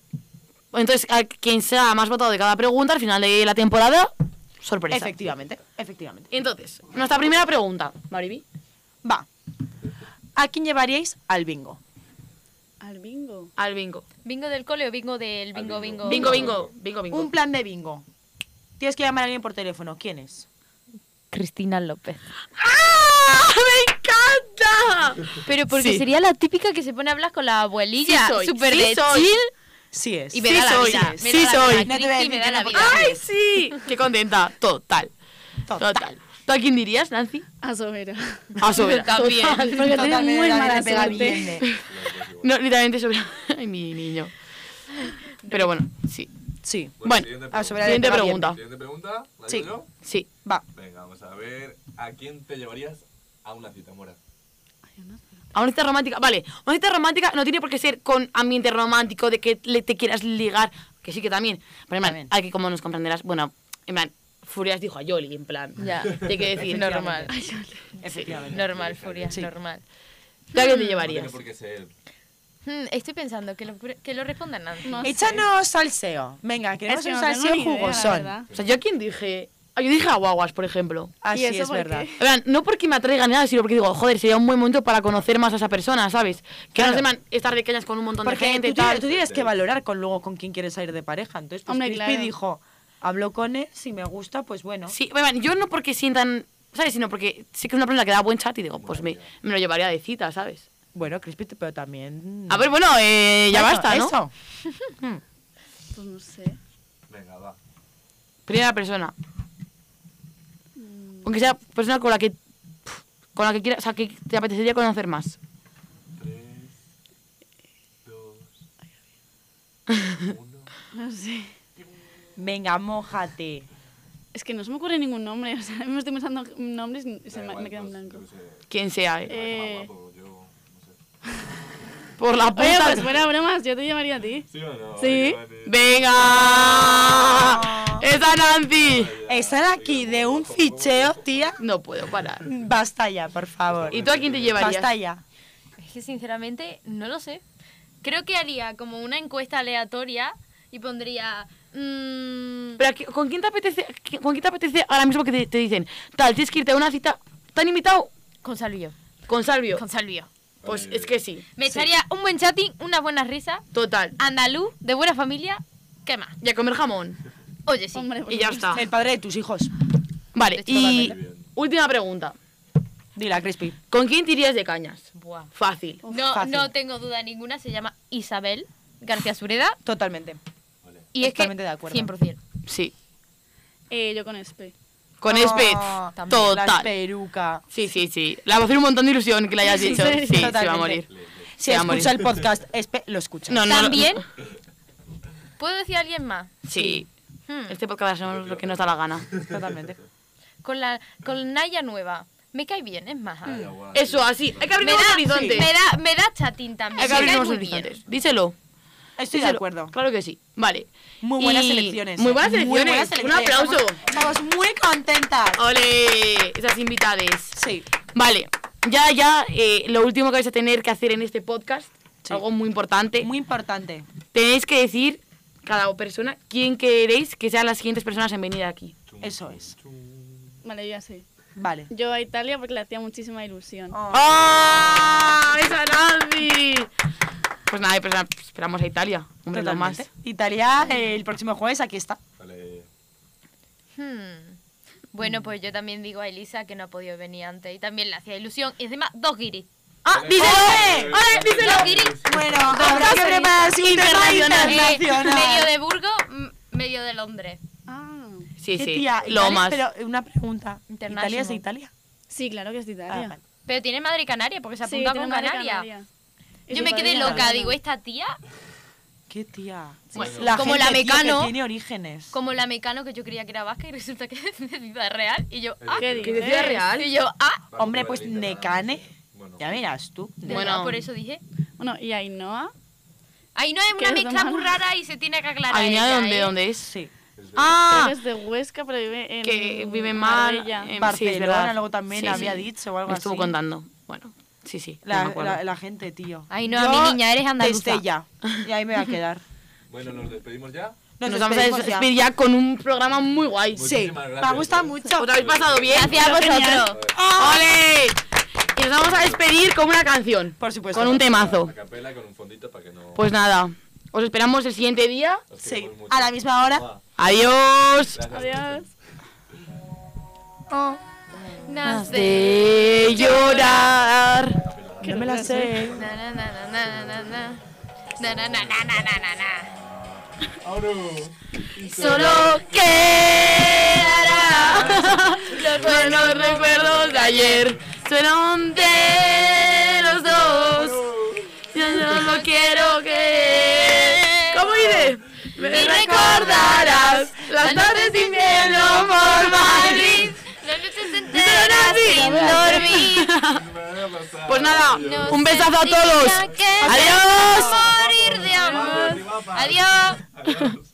Speaker 2: Entonces, a quien sea más votado de cada pregunta al final de la temporada, sorpresa.
Speaker 1: Efectivamente, efectivamente.
Speaker 2: Entonces, nuestra primera pregunta, Mariby.
Speaker 1: Va. ¿A quién llevaríais al bingo?
Speaker 5: Al bingo.
Speaker 2: Al bingo.
Speaker 4: ¿Bingo del cole o bingo del bingo, bingo?
Speaker 2: Bingo, bingo, bingo, bingo.
Speaker 1: Un plan de bingo. Tienes que llamar a alguien por teléfono. ¿Quién es?
Speaker 4: Cristina López.
Speaker 2: ¡Ah! ¡Me encanta!
Speaker 4: Pero porque
Speaker 2: Sí.
Speaker 4: sería la típica que se pone a hablar con la abuelilla.
Speaker 2: Sí soy,
Speaker 4: Súper
Speaker 2: sí
Speaker 4: de
Speaker 2: soy.
Speaker 4: chill.
Speaker 1: Sí es.
Speaker 4: Y me
Speaker 2: Sí
Speaker 4: da
Speaker 2: soy,
Speaker 4: la vida.
Speaker 2: sí soy.
Speaker 1: No te voy a
Speaker 4: y me
Speaker 1: decir
Speaker 4: da
Speaker 1: que
Speaker 4: la
Speaker 1: no,
Speaker 4: vida.
Speaker 1: porque-
Speaker 2: ¡Ay, sí! ¡Qué contenta! Total.
Speaker 1: Total.
Speaker 2: Total. ¿Tú a quién dirías, Nancy?
Speaker 5: A sobera.
Speaker 2: A Sobera.
Speaker 4: También.
Speaker 5: Porque tenía muy mala suerte.
Speaker 1: bien.
Speaker 2: No, literalmente Sobera. Ay, mi niño. Pero bueno, sí.
Speaker 1: Sí.
Speaker 2: Bueno,
Speaker 1: a Sobera
Speaker 2: siguiente
Speaker 1: le pega
Speaker 2: pregunta.
Speaker 3: Siguiente pregunta. ¿la
Speaker 1: Sí.
Speaker 3: digo yo?
Speaker 2: Sí.
Speaker 1: Va.
Speaker 3: Venga, vamos a ver. ¿A quién te llevarías a una cita, Mora?
Speaker 2: A una cita romántica. Vale, una cita romántica no tiene por qué ser con ambiente romántico, de que le- te quieras ligar, que sí que también. Pero en plan,
Speaker 1: También.
Speaker 2: hay que, como nos comprenderás, bueno, en plan, Furias dijo a Yoli, en plan.
Speaker 4: Ya.
Speaker 2: Hay que decir,
Speaker 4: Normal.
Speaker 1: Efectivamente.
Speaker 4: Normal, Furia, normal.
Speaker 2: ¿Tú a quién te
Speaker 3: No tiene
Speaker 2: llevarías?
Speaker 3: por qué ser.
Speaker 4: Hmm, estoy pensando que lo, que lo respondan Nancy.
Speaker 5: No
Speaker 1: Échanos salseo. Venga, queremos
Speaker 5: Es que
Speaker 1: un
Speaker 5: no tengo
Speaker 1: salseo
Speaker 5: ni idea, la
Speaker 1: jugosón.
Speaker 5: verdad.
Speaker 2: O sea, ¿yo a quién dije? Ah, Yo dije a Guaguas, por ejemplo.
Speaker 1: Así
Speaker 5: ¿Y eso
Speaker 1: es
Speaker 5: por
Speaker 1: verdad.
Speaker 5: qué?
Speaker 2: En plan, no porque me atraiga ni nada, sino porque digo, joder, sería un buen momento para conocer más a esa persona, ¿sabes? Que
Speaker 1: Claro.
Speaker 2: no se man estar de cañas con un montón de
Speaker 1: Porque
Speaker 2: gente
Speaker 1: tú,
Speaker 2: y tal. pues, eh.
Speaker 1: tienes- tú tienes que valorar con luego con quién quieres salir de pareja. Entonces, pues
Speaker 5: Hombre,
Speaker 1: Crispy
Speaker 5: claro.
Speaker 1: dijo, hablo con él, si me gusta, pues bueno.
Speaker 2: Sí, en plan, yo no porque sientan, ¿sabes? Sino porque sé que es una persona que da buen chat y digo, pues me, me lo llevaría de cita, ¿sabes?
Speaker 1: Bueno, Crispy, pero también.
Speaker 2: A ver, bueno, eh, ya
Speaker 1: Eso,
Speaker 2: basta, ¿no?
Speaker 1: eso.
Speaker 5: Pues no sé.
Speaker 3: Venga, va.
Speaker 2: Primera persona.
Speaker 1: Mm.
Speaker 2: Aunque sea persona con la que. pf, Con la que quieras, o sea, que te apetecería conocer más.
Speaker 3: Tres, dos, uno.
Speaker 5: No sé.
Speaker 1: Venga, mojate.
Speaker 5: Es que no se me ocurre ningún nombre. O sea, me estoy pensando en nombres y se
Speaker 3: Da
Speaker 5: me,
Speaker 3: igual,
Speaker 5: me queda en
Speaker 3: pues,
Speaker 5: blanco.
Speaker 3: yo qué sé,
Speaker 2: Quien sea, eh.
Speaker 3: parece
Speaker 5: Eh.
Speaker 3: más guapo, yo no sé.
Speaker 2: Por la puta.
Speaker 5: Oye, pues fuera bromas, yo te llamaría a ti.
Speaker 3: ¿Sí o no?
Speaker 5: Sí.
Speaker 3: Giovanni?
Speaker 2: ¡Venga! esa Nancy!
Speaker 1: Están aquí de un ficheo, tía.
Speaker 2: No puedo parar.
Speaker 1: Basta ya, por favor.
Speaker 2: ¿Y tú a quién te
Speaker 1: Basta
Speaker 2: llevarías?
Speaker 1: ya.
Speaker 4: Es que sinceramente no lo sé. Creo que haría como una encuesta aleatoria y pondría... mm,
Speaker 2: Pero, ¿a qui- ¿con quién te apetece? qui- ¿Con quién te apetece ahora mismo que te, te dicen? Tal, tienes que irte a una cita. ¿Te han invitado?
Speaker 4: con Salvio.
Speaker 2: Con Salvio.
Speaker 4: Con Salvio.
Speaker 2: Pues es que sí.
Speaker 4: Me
Speaker 2: sí.
Speaker 4: echaría un buen chatting, unas buenas risas,
Speaker 2: Total.
Speaker 4: andaluz, de buena familia, ¿qué más?
Speaker 2: Y a comer jamón.
Speaker 4: Oye, sí.
Speaker 5: Hombre, pues por
Speaker 2: Y ya
Speaker 5: supuesto.
Speaker 2: está.
Speaker 1: El padre de tus hijos.
Speaker 2: Vale,
Speaker 4: Esto va
Speaker 2: y
Speaker 4: a
Speaker 3: ver.
Speaker 2: última pregunta.
Speaker 1: Dila, Crispy.
Speaker 2: ¿Con quién te irías de cañas?
Speaker 4: Buah.
Speaker 2: Fácil.
Speaker 4: No,
Speaker 1: fácil.
Speaker 4: no tengo duda ninguna, se llama Isabel García Sureda
Speaker 1: Totalmente.
Speaker 4: y es que
Speaker 1: Totalmente de acuerdo.
Speaker 4: 100%.
Speaker 2: Sí.
Speaker 5: Eh, yo con Espe.
Speaker 2: Con Espe.
Speaker 1: Oh,
Speaker 4: también,
Speaker 1: La
Speaker 2: Total.
Speaker 1: peruca.
Speaker 2: Sí, sí, sí. Le va a hacer un montón de ilusión que le hayas dicho. Sí, se va a
Speaker 1: Totalmente.
Speaker 2: morir.
Speaker 1: Si
Speaker 2: Se va a morir.
Speaker 1: escucha el podcast, Espe lo escucha.
Speaker 2: No, no, no.
Speaker 4: También, ¿puedo decir a alguien más?
Speaker 2: Sí.
Speaker 4: Hmm,
Speaker 2: Este podcast hacemos lo que nos da la gana.
Speaker 1: Totalmente.
Speaker 4: Con, la, con Naya Nueva, me cae bien, es más.
Speaker 3: Ah, ya, guau.
Speaker 2: Eso, así. Hay que
Speaker 4: Me
Speaker 2: abrir los
Speaker 4: da,
Speaker 2: horizontes.
Speaker 4: me da, me da chatín también.
Speaker 2: Hay que
Speaker 4: me
Speaker 2: abrir
Speaker 4: cae
Speaker 2: los
Speaker 4: muy bien.
Speaker 2: horizontes. Díselo.
Speaker 1: Estoy de
Speaker 2: Díselo.
Speaker 1: acuerdo.
Speaker 2: Claro que sí. Vale.
Speaker 1: Muy
Speaker 2: Y-
Speaker 1: buenas elecciones.
Speaker 2: Muy buenas
Speaker 1: Muy
Speaker 2: elecciones.
Speaker 1: buenas
Speaker 2: Un aplauso. Oh.
Speaker 1: Estamos muy contentas.
Speaker 2: Ole, esas invitades.
Speaker 1: Sí.
Speaker 2: Vale, ya, ya, eh, lo último que vais a tener que hacer en este podcast,
Speaker 1: Sí.
Speaker 2: algo muy importante,
Speaker 1: Muy importante.
Speaker 2: tenéis que decir cada persona quién queréis que sean las siguientes personas en venir aquí.
Speaker 1: Eso es.
Speaker 5: Vale, yo ya sé.
Speaker 1: Vale.
Speaker 5: Yo a Italia porque le hacía muchísima ilusión.
Speaker 2: Oh, ¡Ah! ¡Esa Nancy! Pues nada, pues nada, esperamos a Italia, hombre, lo más.
Speaker 1: Totalmente. Italia, eh, el próximo jueves aquí está.
Speaker 3: Vale.
Speaker 4: Hmm. Bueno, pues yo también digo a Elisa que no ha podido venir antes y también le hacía ilusión. Y encima, dos guiris.
Speaker 2: ¡Ah! ¡Díselo!
Speaker 1: ¡Ole!
Speaker 2: ¡Ole, díselo!
Speaker 4: Dos guiris.
Speaker 1: Bueno, habrá que prepararse un tema
Speaker 2: Internacional.
Speaker 4: Eh, medio
Speaker 1: internacional.
Speaker 4: de Burgos, mm, medio de Londres.
Speaker 5: Ah.
Speaker 2: Sí,
Speaker 1: Sí,
Speaker 2: sí,
Speaker 1: tía,
Speaker 2: lo
Speaker 1: Italia,
Speaker 2: más.
Speaker 1: Pero una pregunta.
Speaker 4: International.
Speaker 1: ¿Italia es de Italia?
Speaker 5: Sí, claro que es de Italia.
Speaker 1: Ah, vale.
Speaker 4: Pero tiene madre canaria porque se apunta con Canaria. Yo me quedé
Speaker 1: Italiana.
Speaker 4: loca, digo, esta tía,
Speaker 1: ¿Qué tía?
Speaker 3: Bueno,
Speaker 4: como la
Speaker 1: gente, tío, que
Speaker 4: Mecano.
Speaker 1: tiene orígenes.
Speaker 4: como la mecano que yo creía que era vasca y resulta que es de Ciudad Real. Y yo, ah,
Speaker 5: ¿Qué
Speaker 2: ¿Que de Ciudad Real?
Speaker 4: Y yo, ah,
Speaker 1: Hombre, pues Necane.
Speaker 3: Bueno,
Speaker 1: Ya verás tú.
Speaker 4: de
Speaker 2: Bueno.
Speaker 4: verdad, por eso dije.
Speaker 5: Bueno, y Ainhoa.
Speaker 4: Ahí no es una
Speaker 5: Qué
Speaker 4: mezcla
Speaker 5: broma.
Speaker 4: muy rara y se tiene que aclarar.
Speaker 2: Ay, mira,
Speaker 4: ella,
Speaker 2: ¿dónde,
Speaker 4: ¿eh?
Speaker 2: dónde es?
Speaker 1: Sí.
Speaker 3: es de-
Speaker 5: Creo que
Speaker 2: ¡Ah!
Speaker 5: es de Huesca, pero vive en.
Speaker 2: Que vive en Mar-
Speaker 5: Marbella.
Speaker 2: en- sí, es
Speaker 1: Barcelona
Speaker 2: verdad.
Speaker 1: luego también
Speaker 2: Sí,
Speaker 1: había
Speaker 2: sí.
Speaker 1: dicho o algo
Speaker 2: Me estuvo
Speaker 1: así.
Speaker 2: contando. Bueno, sí, sí. ya me
Speaker 1: La,
Speaker 2: acuerdo.
Speaker 1: la- la gente, tío.
Speaker 4: Ay, no, mi niña, eres andaluza.
Speaker 1: Estella. Y ahí me voy a quedar.
Speaker 3: Bueno, nos despedimos ya.
Speaker 2: Nos,
Speaker 1: Nos,
Speaker 2: vamos a
Speaker 1: despedimos ya.
Speaker 2: despedir ya. con un programa muy guay.
Speaker 3: Muy-
Speaker 1: Sí,
Speaker 3: Muchísimas
Speaker 1: me
Speaker 3: gracias, eh.
Speaker 1: ha gustado
Speaker 3: tío.
Speaker 1: mucho.
Speaker 2: ¿Os habéis pasado bien?
Speaker 4: Gracias a
Speaker 5: Genial.
Speaker 4: vosotros.
Speaker 2: ¡Ole! Y nos vamos a despedir con una canción.
Speaker 1: Por supuesto.
Speaker 2: Con un temazo.
Speaker 3: A capela con un fondito para que no.
Speaker 2: Pues nada, os esperamos el siguiente día.
Speaker 3: os
Speaker 1: Sí,
Speaker 3: queremos mucho.
Speaker 1: a la misma hora.
Speaker 3: Mua.
Speaker 2: Adiós.
Speaker 3: Gracias.
Speaker 5: Adiós.
Speaker 4: Nas de-
Speaker 2: De llorar.
Speaker 1: No me la sé.
Speaker 4: Na, na, na, na, na, na, na. Na, na, na, na, na, na, na, na.
Speaker 2: Solo quedará los buenos recuerdos de ayer. Fueron de los dos. Yo solo quiero que. ¿Cómo iré? Me recordarás las tardes de invierno por Madrid.
Speaker 4: Las noches
Speaker 2: Pero no
Speaker 4: enteras sin dormir.
Speaker 2: Pues nada,
Speaker 4: No
Speaker 2: un besazo a
Speaker 4: sentía
Speaker 2: todos.
Speaker 4: que
Speaker 2: Adiós.
Speaker 4: morir de amor. Adiós.
Speaker 3: Adiós.